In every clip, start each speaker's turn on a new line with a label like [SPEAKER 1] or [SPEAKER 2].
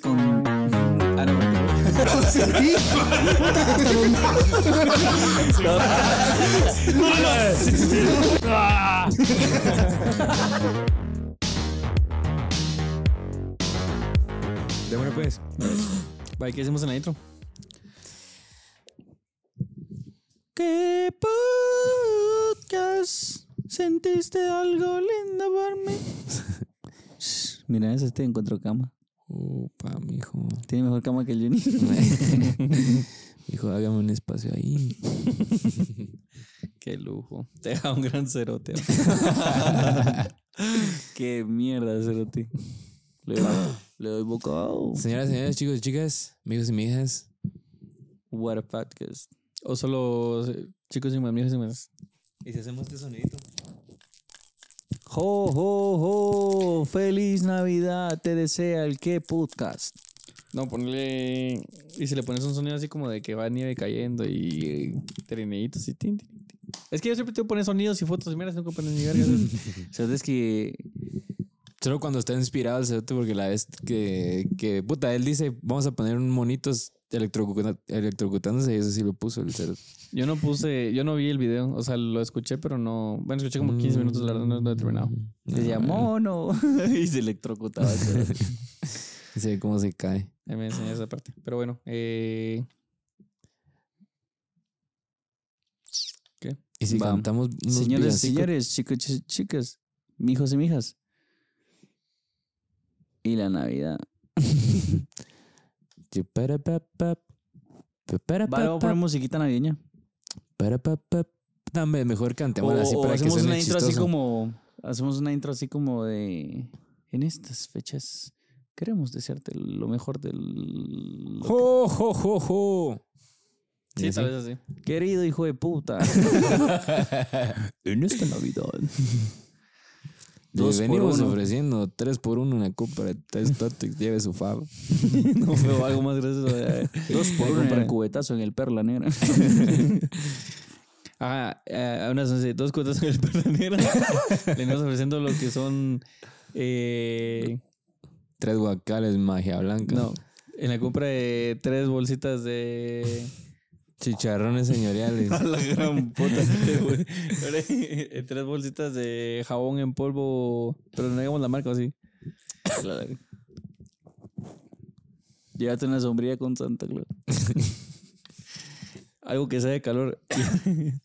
[SPEAKER 1] con. Ah, no,
[SPEAKER 2] ¿Sí?
[SPEAKER 1] De bueno, pues. Bye, ¿qué hacemos en la intro? ¿Qué podcast? ¿Sentiste algo lindo por mí? Mira, ese te encontró cama.
[SPEAKER 3] Opa, mijo.
[SPEAKER 1] Tiene mejor cama que el Juni.
[SPEAKER 3] Mijo, hágame un espacio ahí.
[SPEAKER 1] Qué lujo. Te deja un gran cerote. Qué mierda, cerote. Le doy, le doy bocado.
[SPEAKER 3] Señoras, señores, chicos y chicas, amigos y mijas.
[SPEAKER 1] What a podcast. O solo eh, chicos y mamijas y más.
[SPEAKER 4] Y si hacemos este sonidito.
[SPEAKER 1] ¡Jo, jo, jo! ¡Feliz Navidad! Te desea el que podcast. No, ponle. Y si le pones un sonido así como de que va nieve cayendo y eh, trineitos y tin, tin, tin. Es que yo siempre te poner sonidos y fotos y mira, nunca pones ni verga. ¿Sabes que.?
[SPEAKER 3] Solo cuando está inspirado el cerote, porque la vez que, que, puta, él dice, vamos a poner un monitos electrocu- electrocutándose, y eso sí lo puso el cerote.
[SPEAKER 1] Yo no puse. Yo no vi el video. O sea, lo escuché, pero no. Bueno, escuché como
[SPEAKER 4] Mm.
[SPEAKER 1] 15 minutos, la verdad, no lo he terminado.
[SPEAKER 3] Ah,
[SPEAKER 1] Se llamó no. y se electrocutaba.
[SPEAKER 3] Y se ve cómo se cae.
[SPEAKER 1] Ahí me enseñó esa parte. Pero bueno, eh,
[SPEAKER 3] Y si
[SPEAKER 1] Va.
[SPEAKER 3] cantamos unos
[SPEAKER 2] Señores,
[SPEAKER 3] villancicos-
[SPEAKER 2] señores, chicos, chi- chicas, mijos y mijas. Y la Navidad.
[SPEAKER 3] Chuparapapap,
[SPEAKER 2] Vale, voy a poner
[SPEAKER 3] chuparapapap,
[SPEAKER 2] musiquita navideña.
[SPEAKER 3] parapapap. Dame, mejor cantemos así
[SPEAKER 2] o
[SPEAKER 3] para que
[SPEAKER 2] hacemos
[SPEAKER 3] suene
[SPEAKER 2] una intro así
[SPEAKER 3] chistoso.
[SPEAKER 2] como. Hacemos una intro así como de. En estas fechas queremos desearte lo mejor del. lo
[SPEAKER 3] ¡Jo, jo, jo, jo! Y
[SPEAKER 1] sí,
[SPEAKER 3] así.
[SPEAKER 1] tal vez así.
[SPEAKER 2] que- Querido hijo de puta. en esta Navidad.
[SPEAKER 3] Dos
[SPEAKER 2] por
[SPEAKER 3] venimos
[SPEAKER 2] uno.
[SPEAKER 3] ofreciendo tres por uno una copa de tres totex, lleve su fava.
[SPEAKER 1] No veo algo más gracioso. eh.
[SPEAKER 2] Dos por
[SPEAKER 1] Voy a
[SPEAKER 2] uno.
[SPEAKER 1] comprar
[SPEAKER 2] Comprar cubetazo en el Perla Negra.
[SPEAKER 1] Ajá, eh, unas once- dos cuotas en el perro negro. Venimos ofreciendo lo que son. eh,
[SPEAKER 3] Tres guacales, magia blanca.
[SPEAKER 1] no, en la compra de tres bolsitas de.
[SPEAKER 3] Chicharrones señoriales.
[SPEAKER 1] la gran puta. tres bolsitas de jabón en polvo. Pero no digamos la marca así.
[SPEAKER 2] Llévate una sombrilla con Santa Claus.
[SPEAKER 1] Algo que sea de calor.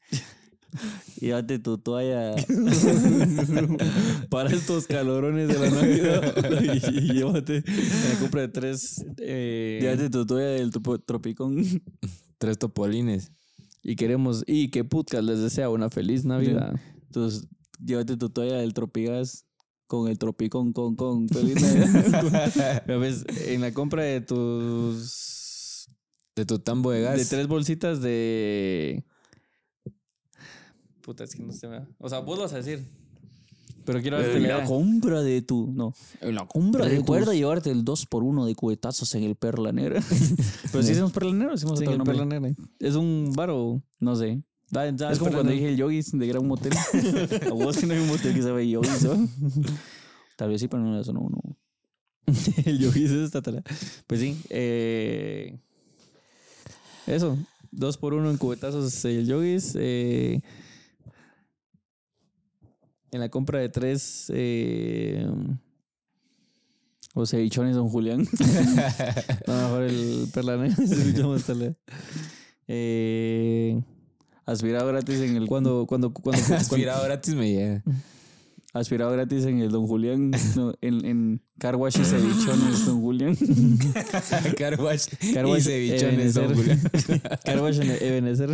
[SPEAKER 2] Llévate tu toalla.
[SPEAKER 1] para estos calorones de la Navidad. y, y llévate en la compra de tres. eh,
[SPEAKER 2] Llévate tu toalla del tropo- tropicón.
[SPEAKER 3] tres topolines.
[SPEAKER 1] y queremos. Y que podcast les desea una feliz Navidad.
[SPEAKER 2] Tus- llévate tu toalla del tropigas con el tropicón con con. Feliz Navidad.
[SPEAKER 1] Ya ves, en la compra de tus.
[SPEAKER 3] De tu tambo de gas.
[SPEAKER 1] De tres bolsitas de. Puta, es que no se me da. O sea, vos lo vas a decir. Pero quiero darte la
[SPEAKER 2] la
[SPEAKER 1] idea.
[SPEAKER 2] compra de tu. No.
[SPEAKER 3] La
[SPEAKER 2] Compra ah. Recuerda llevarte el 2x1 de cubetazos en el Perla Negra. Pero si hacemos Perla Negra o hacemos
[SPEAKER 1] Sí,
[SPEAKER 2] otro
[SPEAKER 1] el
[SPEAKER 2] nombre?
[SPEAKER 1] Perla Negra. Es un baro.
[SPEAKER 2] No sé.
[SPEAKER 1] Da- da-
[SPEAKER 2] es como
[SPEAKER 1] Perla
[SPEAKER 2] cuando
[SPEAKER 1] Negra.
[SPEAKER 2] dije el yogis de que era un motel. A vos que no hay un motel que sabe yogis, ¿no? Tal vez sí, pero no, eso no. no.
[SPEAKER 1] el yogi es esta tarea. Pues sí. eh, eso. Dos por uno en cubetazos el yogis. eh, en la compra de tres. eh,
[SPEAKER 2] O sea, bichones Don Julián.
[SPEAKER 1] no, mejor el perla negra. se escucha más tarea. Eh,
[SPEAKER 2] Aspirado gratis en el.
[SPEAKER 1] cuando, cuando, cuando, cuando-
[SPEAKER 3] Aspirado gratis me llega.
[SPEAKER 2] Aspirado gratis en el Don Julián. no, en, en Car Wash y cevichones Don Julián.
[SPEAKER 3] Carwash
[SPEAKER 1] Carwash
[SPEAKER 3] y cevichones.
[SPEAKER 1] Ebenezer.
[SPEAKER 3] don Julián.
[SPEAKER 1] Carwash en Ebenezer.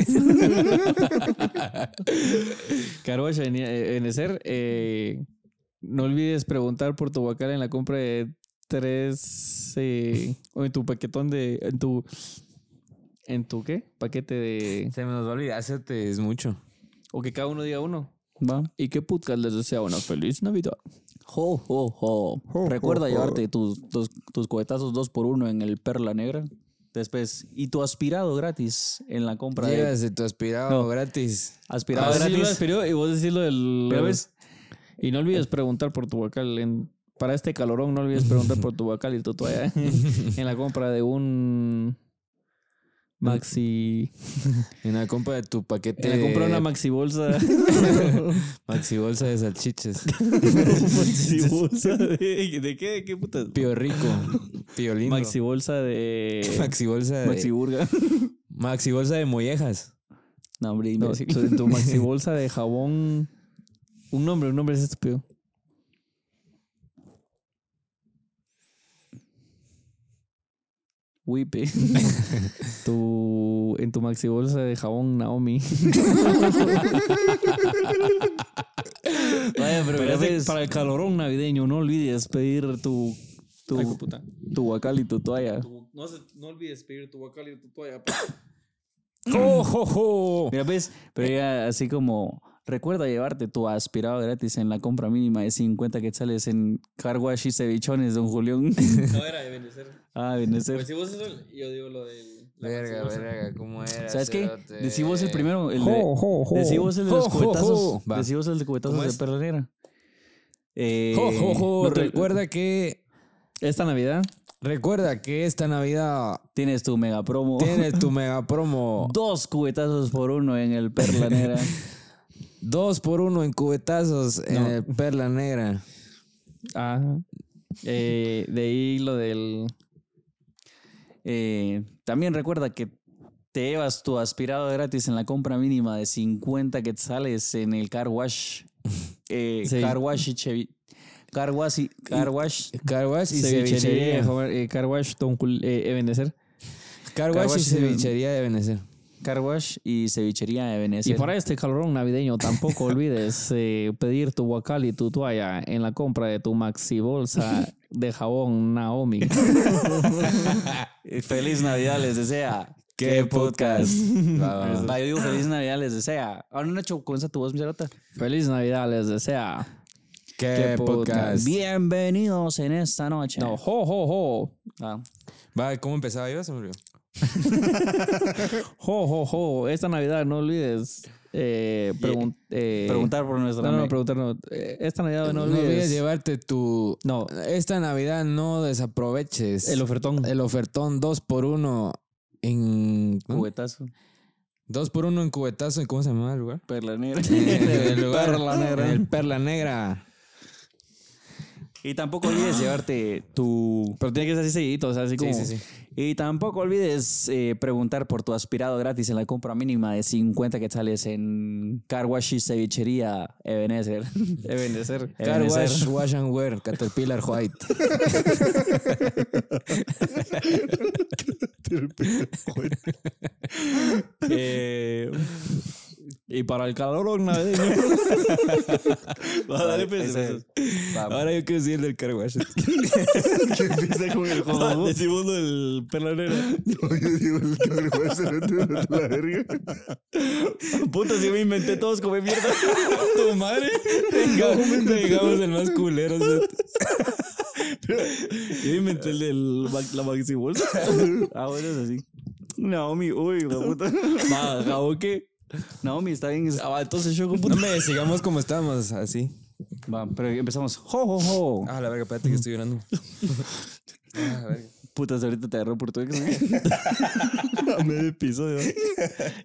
[SPEAKER 1] Carwash en Ebenezer. eh, no olvides preguntar por tu guacal en la compra de tres. eh, o en tu paquetón de. En tu. ¿En tu qué? Paquete de.
[SPEAKER 3] Se me nos va a olvidar, hacerte es mucho.
[SPEAKER 1] O que cada uno diga uno.
[SPEAKER 2] Va.
[SPEAKER 1] Y qué podcast les desea una feliz Navidad.
[SPEAKER 2] Jo, jo, jo. Recuerda llevarte tus, tus, tus cubetazos dos por uno en el Perla Negra. Después, y tu aspirado gratis en la compra de.
[SPEAKER 3] Llévase tu aspirado gratis.
[SPEAKER 2] Aspirado
[SPEAKER 1] Ah, sí, lo
[SPEAKER 2] gratis.
[SPEAKER 1] del periodo y vos decís lo del.
[SPEAKER 2] Pero ves,
[SPEAKER 1] Y no olvides preguntar por tu guacal en para este calorón no olvides preguntar por tu bacal y tu toalla ¿eh? en la compra de un maxi.
[SPEAKER 3] En la compra de tu paquete.
[SPEAKER 1] En la compra de
[SPEAKER 2] eh.
[SPEAKER 1] una maxi bolsa.
[SPEAKER 3] maxi bolsa de salchiches.
[SPEAKER 1] maxi bolsa de, ¿de qué? ¿De qué putas?
[SPEAKER 3] Pío rico. Pío lindo.
[SPEAKER 1] Maxi bolsa de.
[SPEAKER 3] Maxi bolsa de.
[SPEAKER 2] Maxi
[SPEAKER 3] Eh, Maxi,
[SPEAKER 2] Burga.
[SPEAKER 3] bolsa de mollejas.
[SPEAKER 2] No, hombre,
[SPEAKER 1] No,
[SPEAKER 2] imbécil.
[SPEAKER 1] tu, tu maxi bolsa de jabón. Un nombre, un nombre es estúpido.
[SPEAKER 2] Wipe.
[SPEAKER 1] Tu, en tu maxi bolsa de jabón Naomi.
[SPEAKER 2] Vaya, pero,
[SPEAKER 1] Pero
[SPEAKER 2] ya
[SPEAKER 1] es de-
[SPEAKER 2] ves,
[SPEAKER 1] para el calorón navideño, no olvides pedir tu. tu
[SPEAKER 2] tu guacal y tu
[SPEAKER 1] Ah.
[SPEAKER 2] toalla.
[SPEAKER 1] no, olvides pedir tu guacal y tu toalla.
[SPEAKER 3] ¡Oh,
[SPEAKER 2] Mira, ves, pero ya así como recuerda llevarte tu aspirado gratis en la compra mínima de 50 quetzales en Car Wash y cevichones, don Julián.
[SPEAKER 1] No era de Pues Venecer.
[SPEAKER 2] Ah, Venecer.
[SPEAKER 1] si vos eso, yo digo lo del.
[SPEAKER 3] Verga, verga, ¿cómo era?
[SPEAKER 2] ¿Sabes qué?
[SPEAKER 3] cerote?
[SPEAKER 2] Decí vos el primero, el de,
[SPEAKER 1] Jo, jo, jo.
[SPEAKER 2] decí vos el de los
[SPEAKER 3] Jo, jo,
[SPEAKER 2] cubetazos.
[SPEAKER 3] jo. Va.
[SPEAKER 2] Decí vos el de cubetazos
[SPEAKER 3] ¿Cómo
[SPEAKER 2] de
[SPEAKER 3] es?
[SPEAKER 2] Perla Negra. Eh,
[SPEAKER 3] Jo, jo, jo,
[SPEAKER 2] no te-
[SPEAKER 3] recuerda que.
[SPEAKER 1] Esta Navidad.
[SPEAKER 3] Recuerda que esta Navidad
[SPEAKER 2] Tienes tu mega promo.
[SPEAKER 3] tienes tu mega promo.
[SPEAKER 2] Dos cubetazos por uno en el Perla Negra.
[SPEAKER 3] Dos por uno en cubetazos en el Perla Negra.
[SPEAKER 1] Ah. Eh, de ahí lo del.
[SPEAKER 2] Eh, también recuerda que te llevas tu aspirado gratis en la compra mínima de 50 quetzales en el car wash. Eh,
[SPEAKER 1] Sí.
[SPEAKER 2] Car wash y chevi- Car wash y, car wash
[SPEAKER 3] Car wash y
[SPEAKER 1] Cevichería.
[SPEAKER 3] cevichería.
[SPEAKER 1] Jover- eh, Car Wash, Don Cul- eh, Ebenezer.
[SPEAKER 3] Car
[SPEAKER 2] Car
[SPEAKER 3] wash y
[SPEAKER 2] wash y ce-
[SPEAKER 3] cevichería de Venecer.
[SPEAKER 2] car wash y cevichería de Venecia.
[SPEAKER 1] Y para este calorón navideño tampoco olvides eh, pedir tu guacal y tu toalla en la compra de tu maxi bolsa de jabón Naomi.
[SPEAKER 2] Feliz Navidad les desea.
[SPEAKER 3] ¡Qué podcast! Va, va, va.
[SPEAKER 2] Bye, digo, feliz Navidad les desea. Ahora Nacho, comienza tu voz, miserota.
[SPEAKER 1] Feliz Navidad les desea.
[SPEAKER 3] ¡Qué podcast!
[SPEAKER 2] Bienvenidos en esta noche.
[SPEAKER 1] No, jo, jo, jo.
[SPEAKER 2] Ah.
[SPEAKER 3] Va, ¿cómo empezaba yo? Se me olvidó.
[SPEAKER 1] Jo, jo, jo. Esta Navidad no olvides eh, pregun- eh,
[SPEAKER 2] Preguntar por
[SPEAKER 1] No,
[SPEAKER 2] nuestra
[SPEAKER 1] no,
[SPEAKER 2] me-
[SPEAKER 1] preguntar no. Eh, Esta Navidad no
[SPEAKER 3] No olvides
[SPEAKER 1] olvides
[SPEAKER 3] llevarte tu...
[SPEAKER 1] No.
[SPEAKER 3] Esta Navidad no desaproveches
[SPEAKER 1] el
[SPEAKER 3] el,
[SPEAKER 1] ofertón.
[SPEAKER 3] ofertón 2x1 en...
[SPEAKER 2] cubetazo.
[SPEAKER 3] 2x1 en cubetazo. ¿y ¿Cómo se llama el lugar?
[SPEAKER 2] Perla negra.
[SPEAKER 3] el Perla Negra. El Perla Negra.
[SPEAKER 2] Y tampoco olvides llevarte tu...
[SPEAKER 1] Pero tiene que ser así seguidito, o sea, así como...
[SPEAKER 3] Sí, sí, sí.
[SPEAKER 2] Y tampoco olvides eh, preguntar por tu aspirado gratis en la compra mínima de 50 quetzales en Car Wash y Cevichería Ebenezer.
[SPEAKER 1] Ebenezer.
[SPEAKER 3] Car
[SPEAKER 2] Ebenezer.
[SPEAKER 3] Wash, Wash and Wear, Caterpillar White.
[SPEAKER 1] Eh, y para el calorón navideño. Va, dale, pues,
[SPEAKER 2] Ese-
[SPEAKER 1] pues.
[SPEAKER 2] Va,
[SPEAKER 3] Ahora yo quiero decir el del Car Wash.
[SPEAKER 5] Empieza con el
[SPEAKER 1] Ah,
[SPEAKER 5] juego.
[SPEAKER 1] Decimos lo del perlanero.
[SPEAKER 5] No, yo digo el cabrón, se lo entiendo a la verga.
[SPEAKER 1] Puta, si me inventé todos como mierda. tu madre.
[SPEAKER 3] Venga, Digamos el más culero. ¿sí?
[SPEAKER 1] Yo inventé el, del ma- la maxi bolsa.
[SPEAKER 2] Ah, bueno, es así.
[SPEAKER 1] Naomi, uy, la puta. Va, jabón que.
[SPEAKER 2] Naomi, está bien.
[SPEAKER 1] Ah, va, entonces yo con
[SPEAKER 3] No
[SPEAKER 1] puta.
[SPEAKER 3] me sigamos como estábamos, así.
[SPEAKER 2] Va, pero empezamos. Jo, jo, jo.
[SPEAKER 3] Ah, la verga, espérate que estoy llorando.
[SPEAKER 2] Putas, ahorita te agarró por tu ex.
[SPEAKER 1] Medio episodio.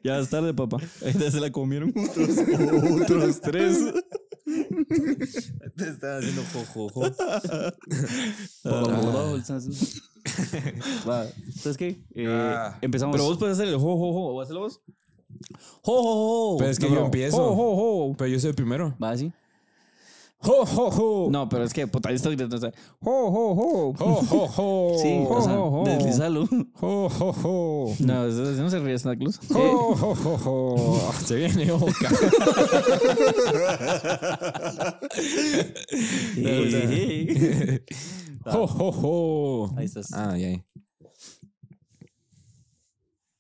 [SPEAKER 1] Ya es tarde, papá. Ahorita se la comieron.
[SPEAKER 5] Otros
[SPEAKER 1] Tres.
[SPEAKER 4] Te estaba haciendo jojojo.
[SPEAKER 1] Ah.
[SPEAKER 2] Va, ¿sabes qué? Eh,
[SPEAKER 3] Ah.
[SPEAKER 2] empezamos.
[SPEAKER 1] Pero vos puedes hacer el jo, jo, jo. ¿O hacerlo vos? Jo, jo, jo.
[SPEAKER 3] Pero es que
[SPEAKER 1] No,
[SPEAKER 3] yo
[SPEAKER 1] no.
[SPEAKER 3] empiezo.
[SPEAKER 1] Jo, jo, jo.
[SPEAKER 3] Pero yo soy el primero.
[SPEAKER 2] Va, así.
[SPEAKER 3] ¡Jo, jo, jo!
[SPEAKER 1] No, pero es que, puta, ahí estoy gritando. o sea, Jo, jo, jo.
[SPEAKER 3] ¡Jo, jo,
[SPEAKER 1] Oh,
[SPEAKER 3] jo!
[SPEAKER 2] Sí, o sea,
[SPEAKER 1] jo, jo.
[SPEAKER 2] deslizalo.
[SPEAKER 3] ¡Jo, jo, jo!
[SPEAKER 1] No, eso- eso no se ríe Santa Claus.
[SPEAKER 3] ¡Jo, jo, jo, jo! Se viene Oca. ¡Jo, jo, jo!
[SPEAKER 2] pues, Ahí estás.
[SPEAKER 3] Ah, ya. ya.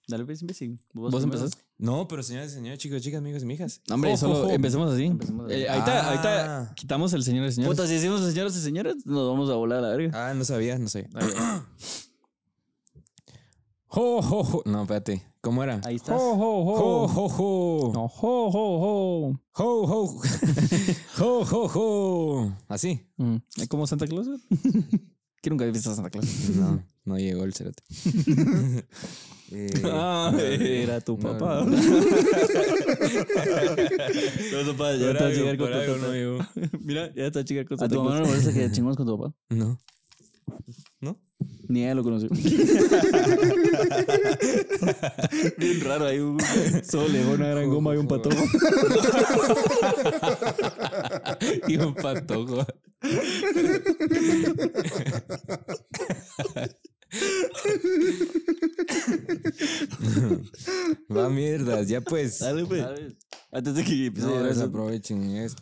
[SPEAKER 2] Dale, pues, imbécil.
[SPEAKER 1] ¿Vos empezaste?
[SPEAKER 3] No, pero señores, señores, chicos, chicas, amigos y mijas.
[SPEAKER 1] No, Eh, Hombre,
[SPEAKER 3] Jo,
[SPEAKER 1] solo
[SPEAKER 3] jo, jo.
[SPEAKER 1] empecemos así.
[SPEAKER 2] Empecemos así.
[SPEAKER 1] Eh, ahorita,
[SPEAKER 3] Ah.
[SPEAKER 1] ahorita quitamos el señor y señor.
[SPEAKER 2] Puta, si decimos señoras y señores, nos vamos a volar a la verga.
[SPEAKER 3] Ah, no sabía, no sabía. Jo, jo, jo. No, espérate. ¿Cómo era?
[SPEAKER 2] Ahí estás.
[SPEAKER 1] Ho, ho,
[SPEAKER 3] Jo,
[SPEAKER 1] ho.
[SPEAKER 3] jo, jo.
[SPEAKER 1] No, ho, ho, ho.
[SPEAKER 3] Jo, jo. Jo, jo, jo. Así.
[SPEAKER 1] Mm. ¿Como Santa Claus? que nunca he visto a Santa Claus.
[SPEAKER 3] No, no llegó el cerote. Eh,
[SPEAKER 2] Ah, era tu
[SPEAKER 3] no,
[SPEAKER 2] papá.
[SPEAKER 3] no.
[SPEAKER 2] ya
[SPEAKER 3] Por
[SPEAKER 2] te vas a
[SPEAKER 3] algo,
[SPEAKER 2] llegar con
[SPEAKER 3] por
[SPEAKER 2] tu
[SPEAKER 3] algo
[SPEAKER 2] tata.
[SPEAKER 3] no llegó.
[SPEAKER 1] Mira, ya está chica con
[SPEAKER 2] A tu mamá no le molesta que chingamos con tu papá.
[SPEAKER 3] No.
[SPEAKER 2] Ni ella lo conoció. Bien raro ahí. un-
[SPEAKER 1] Solo le dejó una gran goma y un pato.
[SPEAKER 3] Y un patojo. Va mierdas, ya pues.
[SPEAKER 2] Antes de que empiece a
[SPEAKER 3] No
[SPEAKER 2] llorar eso.
[SPEAKER 3] desaprovechen esto.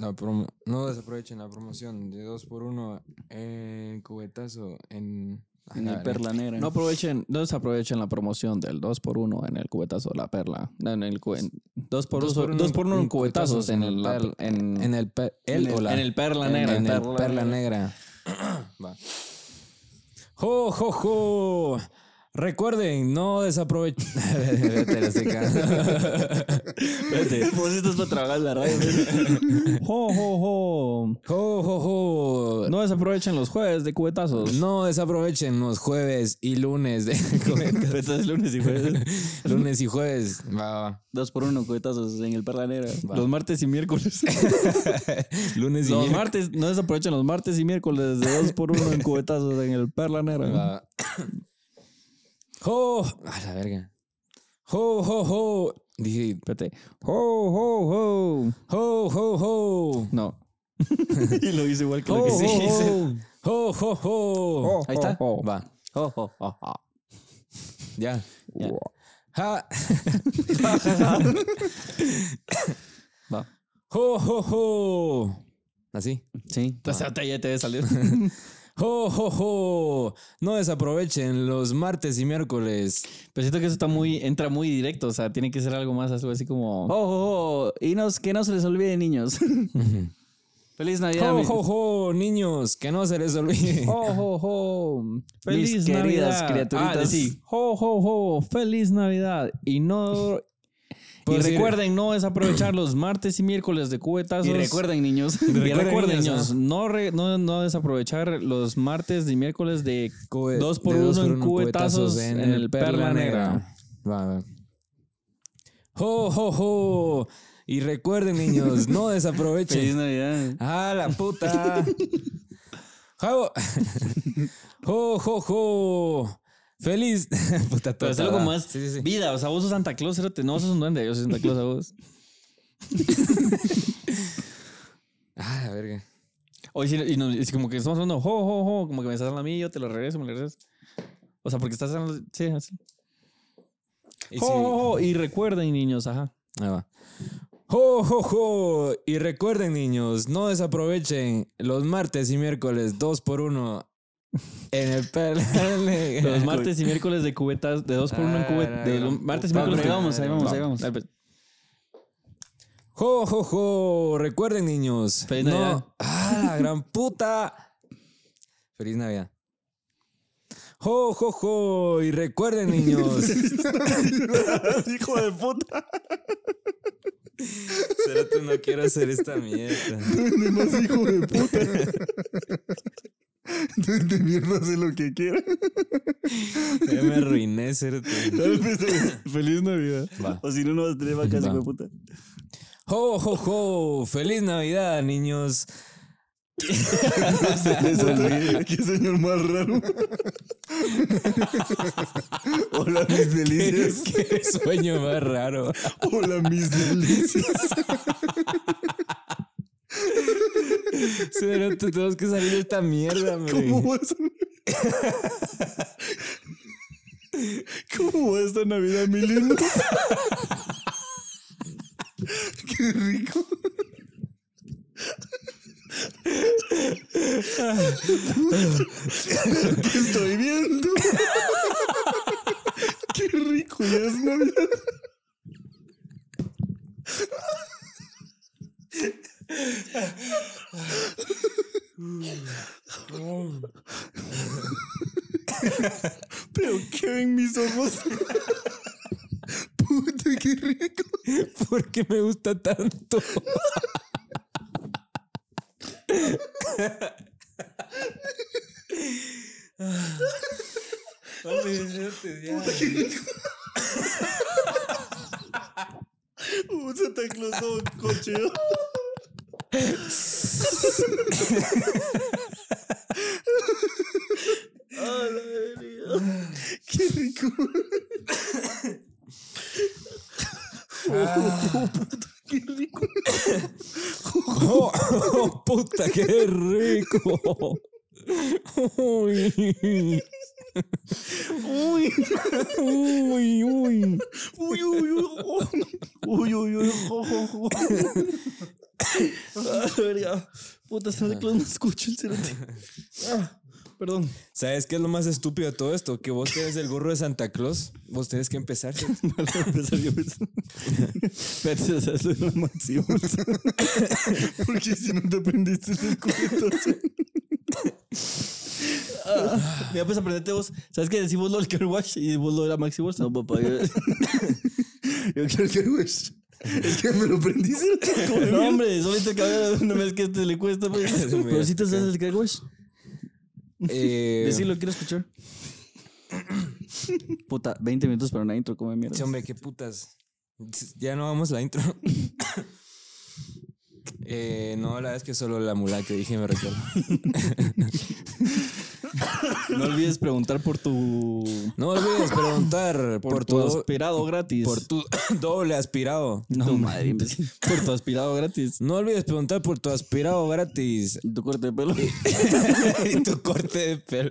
[SPEAKER 3] La promo- no desaprovechen la promoción de 2x1 en cubetazo en,
[SPEAKER 2] En el perla negra.
[SPEAKER 1] No aprovechen, no desaprovechen la promoción del 2x1 en el cubetazo de la perla. No, en el 2x1
[SPEAKER 3] Dos por uno
[SPEAKER 1] dos por uno en
[SPEAKER 3] en
[SPEAKER 1] cubetazos
[SPEAKER 3] cubetazos
[SPEAKER 1] en
[SPEAKER 3] en
[SPEAKER 1] el,
[SPEAKER 3] el
[SPEAKER 1] la-
[SPEAKER 3] perla-
[SPEAKER 1] en,
[SPEAKER 3] en el per- el
[SPEAKER 1] en
[SPEAKER 3] o la-
[SPEAKER 1] en el perla
[SPEAKER 3] en-
[SPEAKER 1] negra.
[SPEAKER 3] en el
[SPEAKER 1] perla
[SPEAKER 3] perla negra. Va. Jo, jo, jo. Recuerden, no desaprovechen. Vete, la seca.
[SPEAKER 2] Espérate.
[SPEAKER 1] pues,
[SPEAKER 2] Vos estás para trabajar en la radio.
[SPEAKER 1] Jo, jo, jo.
[SPEAKER 3] Jo, jo, jo.
[SPEAKER 1] No desaprovechen los jueves de cubetazos.
[SPEAKER 3] No desaprovechen los jueves y lunes de cubetazo.
[SPEAKER 2] Estás lunes y jueves.
[SPEAKER 3] lunes y jueves. Va, va.
[SPEAKER 2] Dos por uno, cubetazos en el perla negra.
[SPEAKER 1] Los martes y miércoles.
[SPEAKER 3] Lunes y
[SPEAKER 1] los
[SPEAKER 3] miércoles.
[SPEAKER 1] martes, no desaprovechen los martes y miércoles de 2x1 en cubetazos en el perla negra.
[SPEAKER 3] Va. ¡Jo! A la verga. ¡Jo, jo, jo! Dije,
[SPEAKER 1] Espérate. Jo, jo, jo.
[SPEAKER 3] ¡jo, jo, jo!
[SPEAKER 1] No. Oh, y lo hice igual que
[SPEAKER 3] ¡Jo,
[SPEAKER 1] lo que sí.
[SPEAKER 3] jo, jo! ¡Jo, jo, jo!
[SPEAKER 1] Ahí está.
[SPEAKER 3] Va,
[SPEAKER 1] Oh,
[SPEAKER 2] Jo, jo, jo, jo.
[SPEAKER 3] ya.
[SPEAKER 2] Ya.
[SPEAKER 3] ¡Ja!
[SPEAKER 1] Va.
[SPEAKER 3] ¡Jo, jo, jo! Así.
[SPEAKER 2] Sí.
[SPEAKER 1] Entonces, ahorita ya te debe salir.
[SPEAKER 3] ¡Jo, jo, jo! No desaprovechen los martes y miércoles.
[SPEAKER 1] Pero siento que eso está muy, entra muy directo, o sea, tiene que ser algo más algo así como...
[SPEAKER 2] Jo, jo, jo. Oh, Y nos, que no se les olvide, niños. Feliz
[SPEAKER 1] Oh,
[SPEAKER 2] Navidad.
[SPEAKER 3] ¡Jo,
[SPEAKER 2] mi-
[SPEAKER 3] jo, jo! Niños, que no se les olvide.
[SPEAKER 1] ¡Jo, jo, jo! ¡Feliz
[SPEAKER 2] Mis
[SPEAKER 1] Navidad!
[SPEAKER 2] queridas criaturitas.
[SPEAKER 1] Ah, sí. ¡Jo, jo, jo! ¡Feliz Navidad! Y no... Y Pues
[SPEAKER 3] Puedo decir-
[SPEAKER 1] recuerden no desaprovechar los martes y miércoles de cubetazos.
[SPEAKER 2] Y recuerden, niños.
[SPEAKER 1] oh. Y recuerden,
[SPEAKER 3] recuerden,
[SPEAKER 1] niños,
[SPEAKER 3] ah.
[SPEAKER 1] no, re- no, no desaprovechar los martes y miércoles de
[SPEAKER 3] Cube-
[SPEAKER 1] 2 por
[SPEAKER 3] de
[SPEAKER 1] 1
[SPEAKER 3] dos por
[SPEAKER 1] en
[SPEAKER 3] uno
[SPEAKER 1] cubetazos en, el Perla Negra.
[SPEAKER 3] Va, va. ¡Jo, jo, jo! Y recuerden, niños, no
[SPEAKER 2] Feliz
[SPEAKER 3] desaprovechen.
[SPEAKER 2] Navidad.
[SPEAKER 3] ¡Ah, la puta! ¡Jo! ¡Jo, jo, jo! ¡Feliz! puta,
[SPEAKER 1] Pero
[SPEAKER 3] tota,
[SPEAKER 1] hazlo como
[SPEAKER 3] va.
[SPEAKER 1] más
[SPEAKER 3] Sí, sí, sí.
[SPEAKER 1] vida. O sea, vos sos Santa Claus, pero te- no sos un duende. Yo soy Santa Claus a vos.
[SPEAKER 3] ¡Ah, la verga!
[SPEAKER 1] Oye, sí, y, no- y como que estamos hablando, jo, jo, jo, como que me estás hablando a mí, yo te lo regreso, me lo regresas. O sea, porque estás hablando, sí, así.
[SPEAKER 3] Y
[SPEAKER 1] Jo,
[SPEAKER 3] sí.
[SPEAKER 1] jo, jo, y recuerden, niños, ajá.
[SPEAKER 3] Ahí va. ¡Jo, jo, jo! Y recuerden, niños, no desaprovechen los martes y miércoles 2 por 1 en el Perla Negra.
[SPEAKER 1] Los martes y miércoles de cubetas, de dos por uno en
[SPEAKER 3] Ah,
[SPEAKER 1] cubetas. De
[SPEAKER 3] la
[SPEAKER 1] los martes y
[SPEAKER 3] puta
[SPEAKER 1] miércoles.
[SPEAKER 2] Ahí
[SPEAKER 1] de-
[SPEAKER 2] vamos, ahí vamos, ahí
[SPEAKER 1] Va.
[SPEAKER 2] vamos.
[SPEAKER 1] Dale, pues.
[SPEAKER 3] ¡Jo, jo, jo! Recuerden, niños.
[SPEAKER 1] Feliz Navidad.
[SPEAKER 3] ¡Ah, la gran puta! ¡Feliz Navidad! ¡Jo, jo, jo! Y recuerden, niños.
[SPEAKER 5] Hijo de puta.
[SPEAKER 3] Espérate, no quiero hacer esta mierda.
[SPEAKER 5] Duende más hijo de puta. Duende mierda, hace lo que quiera.
[SPEAKER 3] Ya me arruiné, Cerote.
[SPEAKER 5] Feliz Navidad.
[SPEAKER 2] O si no, no vas a tener
[SPEAKER 3] Va.
[SPEAKER 2] hijo de puta.
[SPEAKER 3] ¡Jo, jo, jo! ¡Feliz Navidad, niños!
[SPEAKER 5] Qué señor más raro. Hola, mis delicias.
[SPEAKER 3] ¡Qué sueño más raro!
[SPEAKER 5] Este, Hola, mis delicias.
[SPEAKER 3] Cerote, tenemos que salir de esta mierda, güey.
[SPEAKER 5] ¿Cómo va a ser? ¿Cómo va esta Navidad, mi lindo? Qué rico. ¿Qué estoy viendo? Qué rico ya es Navidad. Pero qué ven mis ojos. Puta, qué rico.
[SPEAKER 3] ¿Por qué me gusta tanto?
[SPEAKER 5] Un Santa Claus o un coche. Qué rico.
[SPEAKER 3] Oh, oh, puta, qué rico. Uy. Uy, uy.
[SPEAKER 5] Uy, uy, uy. oh. Uy, uy, uy. jo, jo, jo. Ah, la verga. Puta, Santa Claus no escucha el cerote. Ah, perdón.
[SPEAKER 3] ¿Sabes qué es lo más estúpido de todo esto? Que vos tenés el gorro de Santa Claus. Vos tenés que empezar.
[SPEAKER 5] Mal empezar yo pensando.
[SPEAKER 1] pues,
[SPEAKER 5] Espérate, o sea, soy la máxima. Porque si no te aprendiste el cuento. Ah, mira, pues aprendete vos. ¿Sabes qué? Decís vos lo del car wash y vos lo de la maxi bolsa. No, papá. Yo, yo quiero el car wash. Es que me lo aprendiste.
[SPEAKER 1] No, hombre, solo te cabello una vez que este le cuesta. Pues. Pero si te haces el car wash.
[SPEAKER 3] Eh,
[SPEAKER 1] Decirlo, quiero escuchar.
[SPEAKER 2] Puta, 20 minutos para una intro, come mierda.
[SPEAKER 3] Sí, hombre, qué putas. Ya no vamos a la intro. Eh, no, la verdad es que solo la mula que dije me recuerda.
[SPEAKER 1] No olvides preguntar por tu.
[SPEAKER 3] No olvides preguntar por,
[SPEAKER 1] Por,
[SPEAKER 3] tu,
[SPEAKER 1] tu aspirado gratis.
[SPEAKER 3] por tu doble aspirado.
[SPEAKER 2] No, madre.
[SPEAKER 1] por tu aspirado gratis.
[SPEAKER 3] No olvides preguntar por tu aspirado gratis
[SPEAKER 2] Tu corte de pelo.
[SPEAKER 3] y tu corte de pelo.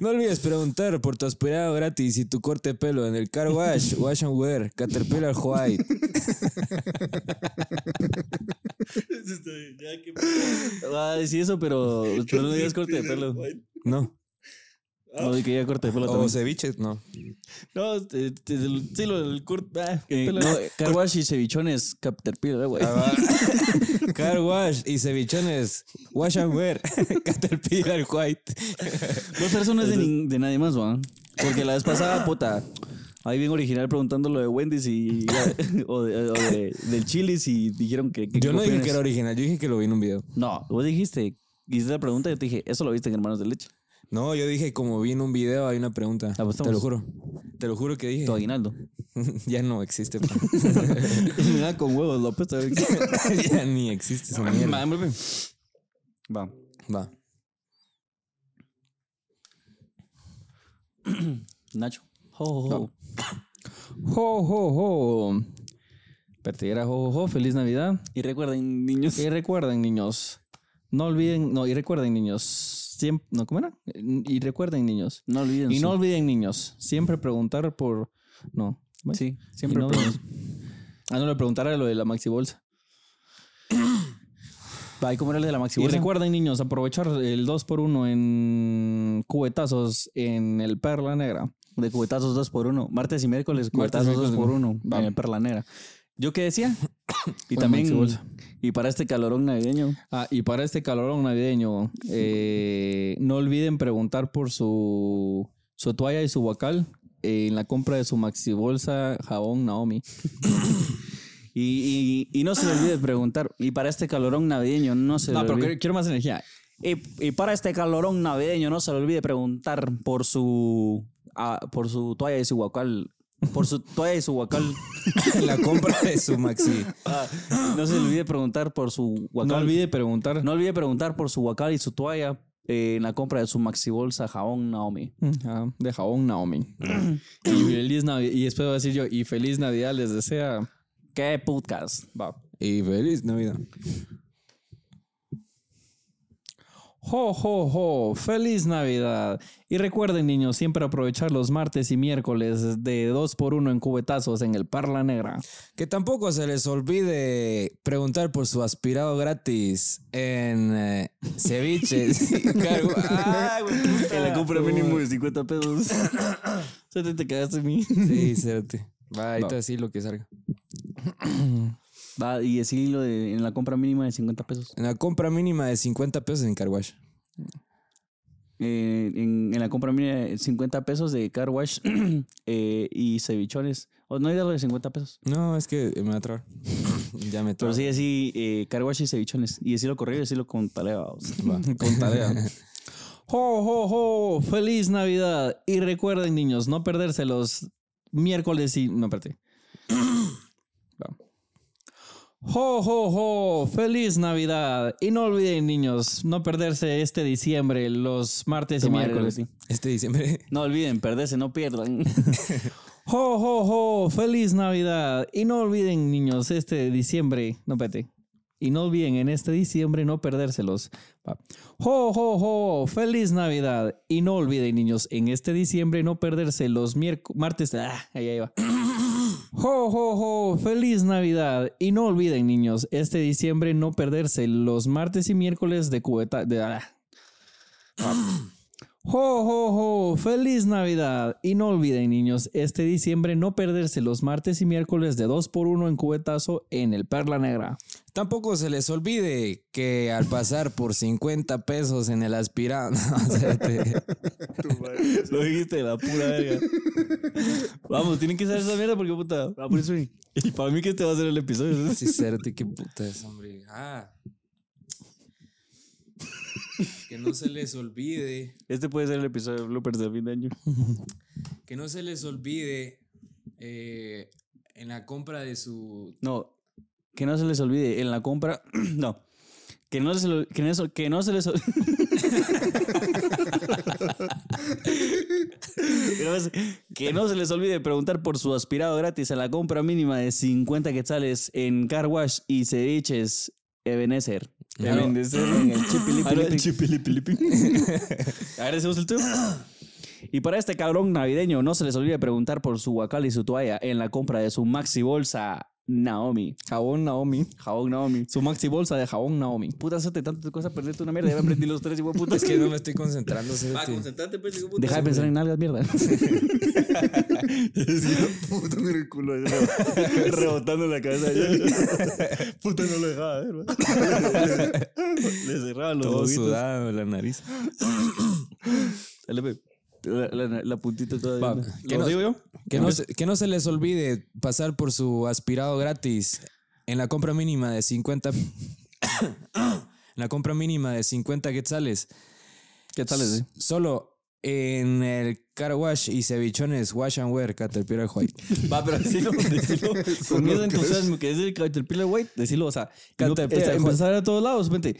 [SPEAKER 3] No olvides preguntar por tu aspirado gratis y tu corte de pelo en el car wash, wash and wear, Caterpillar White.
[SPEAKER 2] Va a decir eso, pero, pero no digas corte de pelo.
[SPEAKER 3] No.
[SPEAKER 2] No digas que diga corte de pelo
[SPEAKER 3] O
[SPEAKER 2] también.
[SPEAKER 3] ceviche, no.
[SPEAKER 1] No, este, este, el- sí, lo del corte. ah,
[SPEAKER 2] Eh,
[SPEAKER 1] pelo.
[SPEAKER 2] no, Carwash y cevichones, Caterpillar, eh, güey.
[SPEAKER 3] Ah, Car wash y cevichones, wash and wear, Caterpillar White.
[SPEAKER 2] Dos personas de, nin- de nadie más, va. Porque la vez pasada, puta, ahí bien original preguntando lo de Wendy's y. o de- o de- del Chili's y dijeron que. que
[SPEAKER 3] Yo no dije
[SPEAKER 2] opines.
[SPEAKER 3] que era original, yo dije que lo vi en un video.
[SPEAKER 2] No, vos dijiste, hiciste la pregunta y yo te dije, eso lo viste en Hermanos de Leche.
[SPEAKER 3] No, yo dije como vi en un video hay una pregunta. Te
[SPEAKER 2] Apostamos.
[SPEAKER 3] lo juro. Te lo juro que dije.
[SPEAKER 2] Tu aguinaldo.
[SPEAKER 3] ya no existe. pa.
[SPEAKER 2] Nada con huevos, López.
[SPEAKER 3] ya ni existe esa mierda.
[SPEAKER 2] Va.
[SPEAKER 3] Va.
[SPEAKER 2] Nacho.
[SPEAKER 1] Jo, jo, jo. Espérate, era jo, jo, jo. Feliz Navidad.
[SPEAKER 2] Y recuerden, niños.
[SPEAKER 1] Y recuerden, niños. No olviden. No, y recuerden, niños. Siempre, ¿No cómo era? Y recuerden, niños.
[SPEAKER 2] No olviden.
[SPEAKER 1] Y
[SPEAKER 2] su-
[SPEAKER 1] no olviden, niños. Siempre preguntar por. No. ¿Ves?
[SPEAKER 2] Sí,
[SPEAKER 1] Siempre
[SPEAKER 2] siempre. No,
[SPEAKER 1] pregun- Ah, no, le preguntara lo de la maxi bolsa.
[SPEAKER 2] va, ¿y cómo era el de la Maxi
[SPEAKER 1] Y
[SPEAKER 2] Bolsa?
[SPEAKER 1] recuerden, niños, aprovechar el 2x1 en cubetazos en el Perla Negra.
[SPEAKER 2] De cubetazos 2 por 1 Martes y miércoles,
[SPEAKER 1] Martes y
[SPEAKER 2] cubetazos 2 por
[SPEAKER 1] miércoles,
[SPEAKER 2] 1
[SPEAKER 1] va.
[SPEAKER 2] En el Perlanera. ¿Yo qué decía? y
[SPEAKER 1] Bueno, Maxi
[SPEAKER 2] también.
[SPEAKER 1] Bolsa.
[SPEAKER 2] Y para este calorón navideño.
[SPEAKER 1] Ah, y para este calorón navideño, eh, no olviden preguntar por su, su toalla y su guacal eh, en la compra de su maxi bolsa jabón Naomi.
[SPEAKER 2] Y, y- y no se le olvide preguntar. Y para este calorón navideño, no se le
[SPEAKER 1] No, pero
[SPEAKER 2] olvide.
[SPEAKER 1] quiero, quiero más energía.
[SPEAKER 2] Y, y para este calorón navideño, no se le olvide preguntar por su. ah, por su toalla y su guacal. Por su toalla y su guacal.
[SPEAKER 3] La compra de su maxi.
[SPEAKER 2] Ah, no se le olvide preguntar por su guacal.
[SPEAKER 1] No olvide preguntar.
[SPEAKER 2] No olvide preguntar por su guacal y su toalla eh, en la compra de su maxi bolsa jabón Naomi.
[SPEAKER 1] Ah, de jabón Naomi. y, feliz Navi- y después voy a decir yo, y feliz Navidad les desea.
[SPEAKER 2] ¿Qué podcast?
[SPEAKER 1] Va.
[SPEAKER 3] Y feliz Navidad.
[SPEAKER 1] ¡Jo, jo, jo! ¡Feliz Navidad! Y recuerden, niños, siempre aprovechar los martes y miércoles de 2 por 1 en cubetazos en el Parla Negra.
[SPEAKER 3] Que tampoco se les olvide preguntar por su aspirado gratis en eh, ceviches. y Ah, car wash. Ay, güey, puta.
[SPEAKER 2] Que la compra mínimo de 50 pesos. Se te, te cagaste en mí.
[SPEAKER 3] Sí, cérate. Va, ahorita sí lo que salga.
[SPEAKER 2] Va, y decir lo de en la compra mínima de 50 pesos.
[SPEAKER 3] En la compra mínima de 50 pesos en Carwash.
[SPEAKER 2] eh, en, en la compra mía 50 pesos de car wash eh, y cevichones. O no hay de los de 50 pesos.
[SPEAKER 3] No, es que me va a traer. ya me
[SPEAKER 2] Pero
[SPEAKER 3] trae.
[SPEAKER 2] sí, así, eh, car wash y cevichones. Y decirlo corrido y decirlo con tarea. vamos.
[SPEAKER 1] Con tarea. ¡Ho, ho, ho! ¡Feliz Navidad! Y recuerden, niños, no perderse los miércoles y. No, espérate. Va. ¡Ho, ho, ho! ¡Feliz Navidad! Y no olviden, niños, no perderse este diciembre, los martes y
[SPEAKER 2] Tomaré,
[SPEAKER 1] miércoles.
[SPEAKER 2] sí.
[SPEAKER 3] Este diciembre.
[SPEAKER 2] No olviden, perderse, no pierdan.
[SPEAKER 1] ¡Ho, ho, ho! ¡Feliz Navidad! Y no olviden, niños, este diciembre. No, espérate. Y no olviden en este diciembre no perdérselos. Va. ¡Ho, ho, ho! ¡Feliz Navidad! Y no olviden, niños, en este diciembre no perderse los miércoles. Martes. Ah, ahí, ahí va. ¡Ho, ho, ho! ¡Feliz Navidad! Y no olviden, niños, este diciembre no perderse los martes y miércoles de cubeta. De, ah. ¡Ho, ho, ho! ¡Feliz Navidad! Y no olviden, niños, este diciembre no perderse los martes y miércoles de 2x1 en cubetazo en el Perla Negra.
[SPEAKER 3] Tampoco se les olvide que al pasar por 50 pesos en el aspirante.
[SPEAKER 2] Lo dijiste de la pura verga. Vamos, tienen que saber esa mierda porque puta. va pues, por eso y- Y para mí que este va a ser el episodio.
[SPEAKER 3] pues sí, cierto, qué puta es, hombre. Ah. Que no se les olvide.
[SPEAKER 2] Este puede ser el episodio de bloopers del fin de año.
[SPEAKER 3] Que no se les olvide eh, en la compra de su.
[SPEAKER 2] No, que no se les olvide en la compra. No. Que no se, lo- que no se- que no se les olvide. que no se les olvide preguntar por su aspirado gratis a la compra mínima de 50 quetzales en Car Wash y Ceviches Ebenezer.
[SPEAKER 3] Claro.
[SPEAKER 2] Ebenezer en el Chipilipi. Agradecemos el tuyo. Y para este cabrón navideño, no se les olvide preguntar por su guacal y su toalla en la compra de su maxi bolsa Naomi.
[SPEAKER 1] Jabón Naomi.
[SPEAKER 2] Jabón Naomi.
[SPEAKER 1] Su maxi bolsa de jabón Naomi.
[SPEAKER 2] Oh, Puta, hacerte tantas cosas, perderte una mierda. Ya me aprendí los tres, igual puta.
[SPEAKER 3] Es que no me estoy concentrando.
[SPEAKER 5] Va,
[SPEAKER 3] cerote.
[SPEAKER 5] concentrate, pues. hijo de puta.
[SPEAKER 2] Deja de pensar en nalgas, mierda.
[SPEAKER 5] Puta, mira el culo. ahí, re- Rebotando la cabeza. ya. Puta, no lo dejaba ver. ¿va? Le cerraba los
[SPEAKER 3] Todo
[SPEAKER 5] ojitos.
[SPEAKER 3] sudado, la nariz.
[SPEAKER 2] Dale, pe. La, la- la puntita todavía.
[SPEAKER 3] Va,
[SPEAKER 2] ¿no?
[SPEAKER 3] ¿qué
[SPEAKER 2] ¿Lo
[SPEAKER 3] nos-
[SPEAKER 2] digo yo?
[SPEAKER 3] Que no, se, que no se les olvide pasar por su aspirado gratis en la compra mínima de 50. en la compra mínima de 50 quetzales.
[SPEAKER 1] ¿Qué tal
[SPEAKER 3] eh?
[SPEAKER 1] ese?
[SPEAKER 3] Solo en el car wash y cevichones wash and wear Caterpillar White.
[SPEAKER 2] Va, pero decilo, decilo.
[SPEAKER 1] Con miedo entusiasmo que es el Caterpillar White, decirlo, o sea, Caterpillar,
[SPEAKER 3] White.
[SPEAKER 1] empezar a todos lados, vente.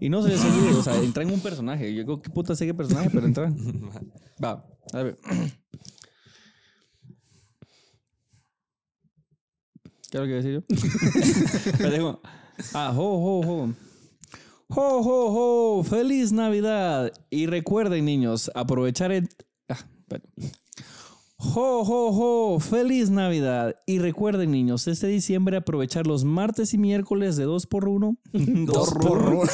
[SPEAKER 1] Y no se les olvide, o sea, entra en un personaje. Yo digo, ¿qué puta sé qué personaje? Pero entra. Va, a ver. ¿Qué es lo que decir yo? Espérate, ¿cómo? Ah, ho, ho, ho. Ho, ho, ho. Feliz Navidad. Y recuerden, niños, aprovechar el. Ah, espérate. ¡Ho, ho, ho! ¡Feliz Navidad! Y recuerden, niños, este diciembre aprovechar los martes y miércoles de 2x1.
[SPEAKER 5] Dos porros.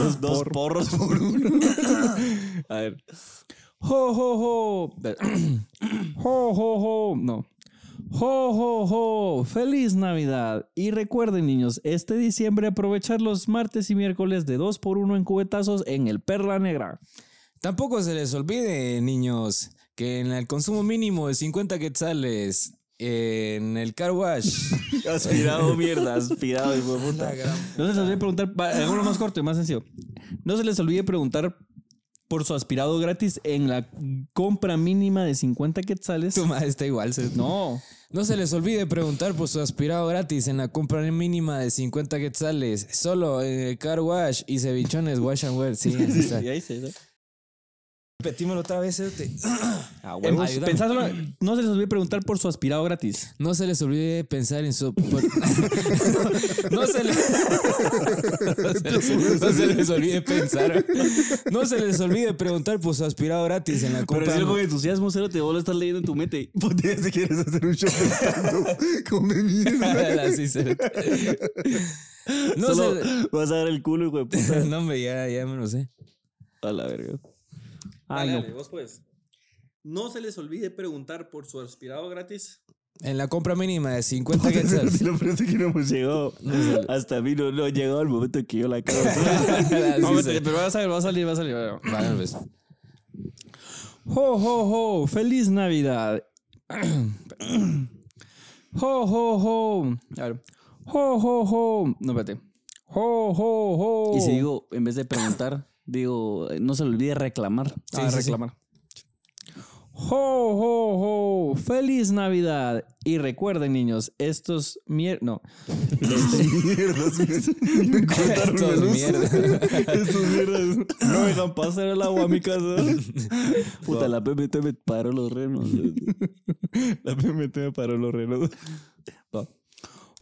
[SPEAKER 5] Dos, dos porros por uno.
[SPEAKER 1] A ver. ¡Ho, ho, ho! ¡Ho, ho, ho! No. ¡Ho, ho, ho! ¡Feliz Navidad! Y recuerden, niños, este diciembre aprovechar los martes y miércoles de 2x1 en cubetazos en el Perla Negra.
[SPEAKER 3] Tampoco se les olvide, niños, que en el consumo mínimo de 50 quetzales en el car wash.
[SPEAKER 2] Aspirado, mierda, aspirado, hijo de puta.
[SPEAKER 1] No se les olvide preguntar, va, hagámoslo más corto y más sencillo. No se les olvide preguntar por su aspirado gratis en la compra mínima de 50 quetzales.
[SPEAKER 3] tu madre está igual. cerote.
[SPEAKER 1] No,
[SPEAKER 3] No se les olvide preguntar por su aspirado gratis en la compra mínima de 50 quetzales, solo en el car wash y cevichones wash and wear. Sí, así está.
[SPEAKER 2] Y ahí se.
[SPEAKER 3] Repetímelo otra vez, cerote.
[SPEAKER 1] em,
[SPEAKER 3] Ayúdame.
[SPEAKER 1] pensadlo, no se les olvide preguntar por su aspirado gratis.
[SPEAKER 3] No se les olvide pensar en su. por- no, se les... no se les- no se les olvide pensar. No se les olvide preguntar por su aspirado gratis en la
[SPEAKER 2] Pero
[SPEAKER 3] compra.
[SPEAKER 2] decirlo con entusiasmo, cero, te vos lo estás leyendo en tu mente.
[SPEAKER 5] Puta, si quieres hacer un show de stand-up, come mierda.
[SPEAKER 3] Sí, cerote. no,
[SPEAKER 2] Solo
[SPEAKER 3] se...
[SPEAKER 2] vas a dar el culo, hijo de puta.
[SPEAKER 3] no, hombre, ya, ya me lo sé.
[SPEAKER 2] A la verga.
[SPEAKER 5] Dale,
[SPEAKER 2] Ay, no.
[SPEAKER 5] dale, vos pues. No se les olvide preguntar por su aspirado gratis.
[SPEAKER 3] En la compra mínima de 50 quetzales.
[SPEAKER 2] Lo peor es que no hemos llegado. Hasta mí no, no ha llegado el momento en que yo la cago.
[SPEAKER 1] No, vete, pero va a salir, va a salir, va a salir.
[SPEAKER 3] Vale, pues.
[SPEAKER 1] Ho, ho, ho, feliz Navidad. ho, ho, ho. A ver. Ho, ho, ho. No, espérate. Ho, ho, ho.
[SPEAKER 2] Y si digo, en vez de preguntar, digo, eh, no se le olvide Ah, reclamar.
[SPEAKER 1] Sí, sí, sí. Ho, ho, ho. Feliz Navidad. Y recuerden, niños, estos mier... No.
[SPEAKER 5] Mierdas, me, me cortaron la
[SPEAKER 3] Estos
[SPEAKER 5] luz.
[SPEAKER 3] mierdas.
[SPEAKER 5] Estos mierdas. No me dejan pasar el agua a mi casa.
[SPEAKER 2] Puta, la PMT me paró los renos.
[SPEAKER 5] La PMT me paró los renos.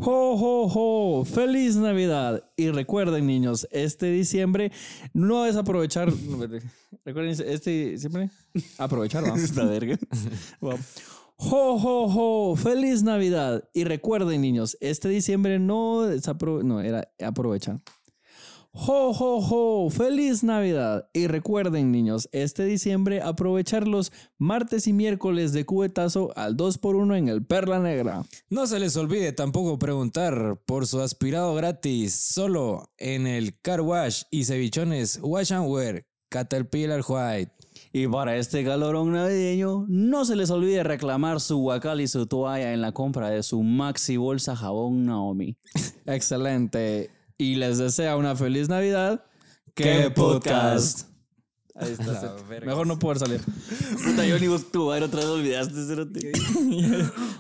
[SPEAKER 1] Ho, ho, ho. Feliz Navidad. Y recuerden, niños, este diciembre no es aprovechar. no, espérate. Recuerden, este diciembre. Aprovechar, ¿no?
[SPEAKER 2] Esta verga.
[SPEAKER 1] Wow. Ho, ho, ho, feliz Navidad. Y recuerden, niños, este diciembre no desapro- no, era aprovechar. Ho, ho, ho, feliz Navidad. Y recuerden, niños, este diciembre aprovechar los martes y miércoles de cubetazo al 2x1 en el Perla Negra.
[SPEAKER 3] No se les olvide tampoco preguntar por su aspirado gratis solo en el Car Wash y Cevichones Wash and Wear Caterpillar White.
[SPEAKER 2] Y para este calorón navideño, no se les olvide reclamar su guacal y su toalla en la compra de su maxi bolsa jabón Naomi.
[SPEAKER 1] Excelente. Y les desea una feliz Navidad.
[SPEAKER 3] ¡Qué podcast!
[SPEAKER 4] Ahí está. La verga.
[SPEAKER 1] Mejor no poder salir.
[SPEAKER 2] Puta, yo ni vos tu madre otra vez olvidaste, cerote.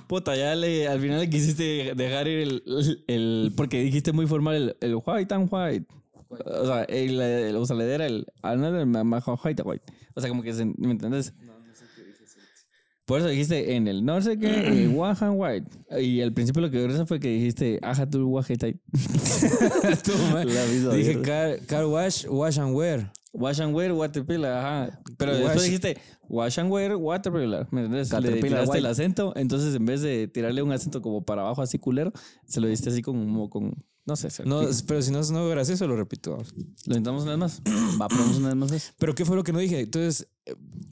[SPEAKER 1] Puta, ya le, al final le quisiste dejar ir el, el- el- Porque dijiste muy formal el, el white and white. O sea, el, el- o sea, le era el another ma- ma- white and white. O sea, como que se- ¿me entendés? Por eso dijiste en el no sé qué, el white and white. Y al principio lo que dio risa fue que dijiste, ajá, tú white type.
[SPEAKER 3] Tú, ma. Dije car, car Wash, Wash and Wear.
[SPEAKER 1] Wash and wear waterpillar, ajá. Pero
[SPEAKER 3] Wash-
[SPEAKER 1] después dijiste wash and wear waterpillar, ¿me entendés? Le
[SPEAKER 2] Caterpillar
[SPEAKER 1] tiraste
[SPEAKER 2] white.
[SPEAKER 1] el acento, entonces en vez de tirarle un acento como para abajo así culero, se lo diste así como con no sé, se-
[SPEAKER 3] No, pero si no sonó gracioso, lo repito.
[SPEAKER 1] lo intentamos una vez más.
[SPEAKER 2] Va, probamos una vez más. pues.
[SPEAKER 3] Pero ¿qué fue lo que no dije? Entonces,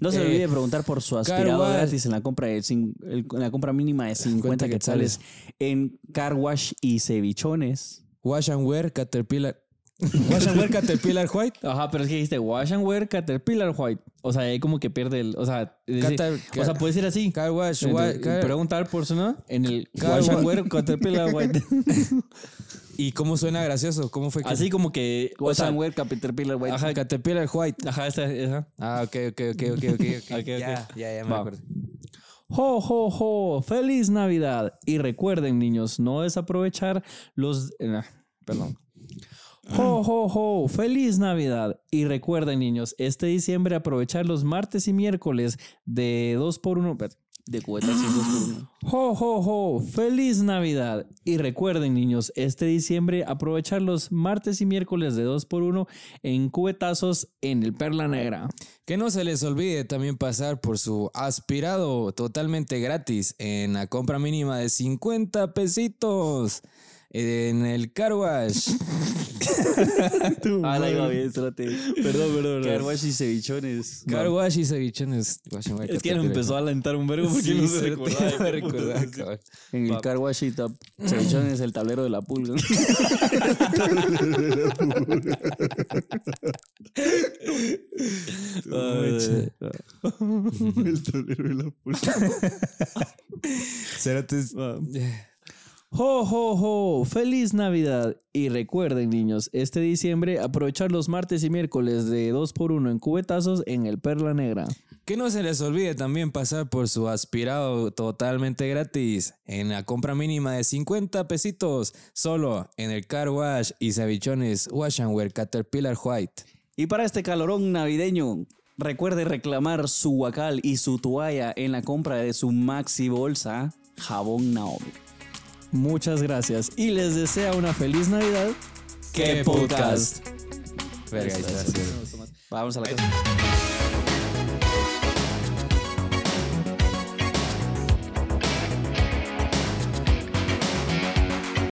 [SPEAKER 2] No se
[SPEAKER 3] Eh,
[SPEAKER 2] olvide preguntar por su
[SPEAKER 3] Car
[SPEAKER 2] aspirado
[SPEAKER 3] Wash.
[SPEAKER 2] gratis en la compra de cin- el- en la compra mínima de 50
[SPEAKER 3] quetzales.
[SPEAKER 2] quetzales en Car Wash y Cevichones.
[SPEAKER 3] Wash and Wear Caterpillar. Wash and Wear Caterpillar White.
[SPEAKER 1] Ajá, pero es que dijiste wash and wear caterpillar white. O sea, ahí como que pierde el, o sea, es decir,
[SPEAKER 3] Cater-
[SPEAKER 1] o sea, puedes ir así.
[SPEAKER 3] Car Wash,
[SPEAKER 1] Entonces,
[SPEAKER 3] wa- car-
[SPEAKER 1] preguntar por su nombre en el
[SPEAKER 3] Car-
[SPEAKER 1] wash and wear caterpillar white.
[SPEAKER 3] ¿Y cómo suena gracioso? ¿Cómo fue que
[SPEAKER 1] así como que o
[SPEAKER 2] Wash
[SPEAKER 1] sea,
[SPEAKER 2] and Wear, Caterpillar White.
[SPEAKER 1] ajá,
[SPEAKER 3] Caterpillar White?
[SPEAKER 1] ajá, esta, ajá.
[SPEAKER 3] Ah, ok, ok, ok, ok, ok. ok. ya, ya, ya me
[SPEAKER 1] Va.
[SPEAKER 3] acuerdo.
[SPEAKER 1] ¡Ho, ho, ho! ¡Feliz Navidad! Y recuerden, niños, no desaprovechar los... eh, nah, perdón. ¡Ho, ho, ho! ¡Feliz Navidad! Y recuerden, niños, este diciembre aprovechar los martes y miércoles de 2x1...
[SPEAKER 2] De cubetas y dos por uno.
[SPEAKER 1] ¡Ho, ho, ho! ¡Feliz Navidad! Y recuerden, niños, este diciembre aprovechar los martes y miércoles de 2x1 en cubetazos en el Perla Negra.
[SPEAKER 3] Que no se les olvide también pasar por su aspirado totalmente gratis en la compra mínima de 50 pesitos en el Car Wash.
[SPEAKER 2] Ah, la iba bien, cerote.
[SPEAKER 1] Perdón, perdón.
[SPEAKER 2] Car Wash y Cevichones.
[SPEAKER 3] Car Wash y cevichones.
[SPEAKER 1] Es que me empezó a alentar un verbo porque
[SPEAKER 3] Sí,
[SPEAKER 1] no se
[SPEAKER 3] se
[SPEAKER 1] recordaba.
[SPEAKER 3] te iba a recordar, cabrón.
[SPEAKER 2] En el Car Wash y Tap- Cevichones, el tablero de la pulga.
[SPEAKER 5] El tablero de la puta.
[SPEAKER 3] Cerote es-
[SPEAKER 1] ¡Ho, ho, ho! ¡Feliz Navidad! Y recuerden, niños, este diciembre aprovechar los martes y miércoles de 2x1 en cubetazos en el Perla Negra.
[SPEAKER 3] Que no se les olvide también pasar por su aspirado totalmente gratis en la compra mínima de 50 pesitos solo en el Car Wash y cevichones Wash and Wear Caterpillar White.
[SPEAKER 2] Y para este calorón navideño, recuerde reclamar su guacal y su toalla en la compra de su maxi bolsa jabón Naomi.
[SPEAKER 1] Muchas gracias y les desea una feliz Navidad.
[SPEAKER 3] ¡Qué podcast! Verga, ahí está.
[SPEAKER 2] Vamos a la casa.